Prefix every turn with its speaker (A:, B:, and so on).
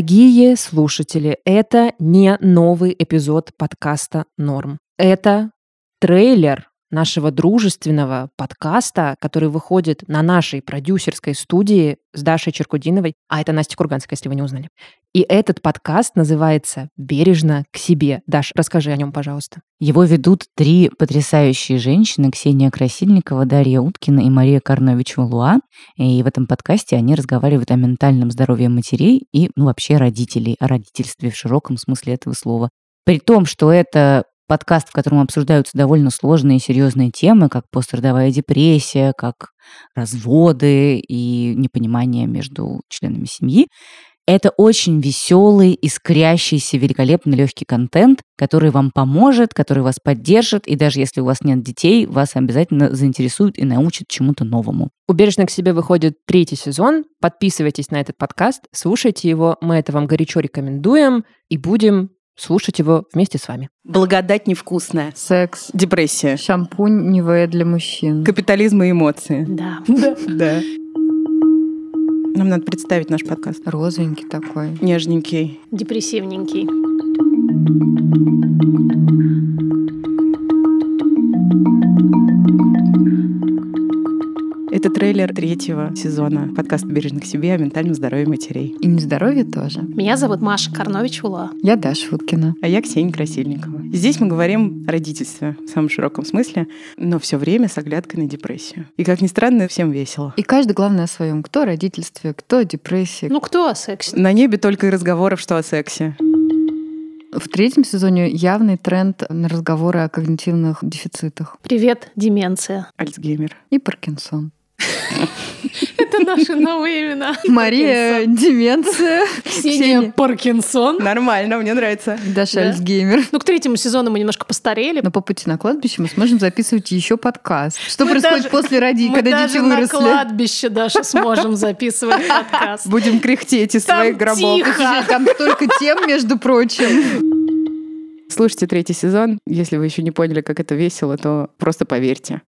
A: Дорогие слушатели, это не новый эпизод подкаста «Норм». Это трейлер нашего дружественного подкаста, который выходит на нашей продюсерской студии с Дашей Черкудиновой, а это Настя Курганская, если вы не узнали. И этот подкаст называется «Бережно к себе». Даш, расскажи о нем, пожалуйста.
B: Его ведут три потрясающие женщины – Ксения Красильникова, Дарья Уткина и Мария Карнович-Валуа. И в этом подкасте они разговаривают о ментальном здоровье матерей и ну, вообще родителей, о родительстве в широком смысле этого слова. При том, что это подкаст, в котором обсуждаются довольно сложные и серьезные темы, как пострадовая депрессия, как разводы и непонимание между членами семьи. Это очень веселый, искрящийся, великолепно легкий контент, который вам поможет, который вас поддержит, и даже если у вас нет детей, вас обязательно заинтересует и научит чему-то новому.
A: «Убережно к себе» выходит третий сезон. Подписывайтесь на этот подкаст, слушайте его. Мы это вам горячо рекомендуем и будем слушать его вместе с вами.
C: Благодать невкусная.
D: Секс.
C: Депрессия.
D: Шампунь Нивея для мужчин.
C: Капитализм и эмоции.
E: Да.
C: Да. Нам надо представить наш подкаст.
D: Розовенький такой.
C: Нежненький.
E: Депрессивненький.
C: Это трейлер третьего сезона подкаста «Бережно к себе» о ментальном здоровье матерей.
D: И нездоровье тоже.
E: Меня зовут Маша Карнович-Вула.
D: Я Даша Уткина.
C: А я Ксения Красильникова. Здесь мы говорим о родительстве в самом широком смысле, но все время с оглядкой на депрессию. И, как ни странно, всем весело.
D: И каждый, главное, о своем. Кто о родительстве, кто о депрессии.
E: Ну кто о сексе?
C: На небе только и разговоров, что о сексе.
D: В третьем сезоне явный тренд на разговоры о когнитивных дефицитах.
E: Привет, деменция.
C: Альцгеймер.
D: И Паркинсон.
E: Это наши новые имена.
D: Мария, деменция.
E: Ксения Паркинсон.
C: Нормально, мне нравится.
D: Даша
E: Да.
D: Альцгеймер.
E: Ну, к третьему сезону мы немножко постарели.
D: Но по пути на кладбище мы сможем записывать еще подкаст. Что
E: Мы
D: происходит
E: даже-
D: после родителей,
E: Мы
D: когда дети
E: даже на
D: выросли?
E: кладбище даже сможем записывать подкаст.
C: Будем кряхтеть из
E: Там
C: своих гробов.
E: тихо.
D: Там столько тем, между прочим.
C: Слушайте третий сезон. Если вы еще не поняли, как это весело, то просто поверьте.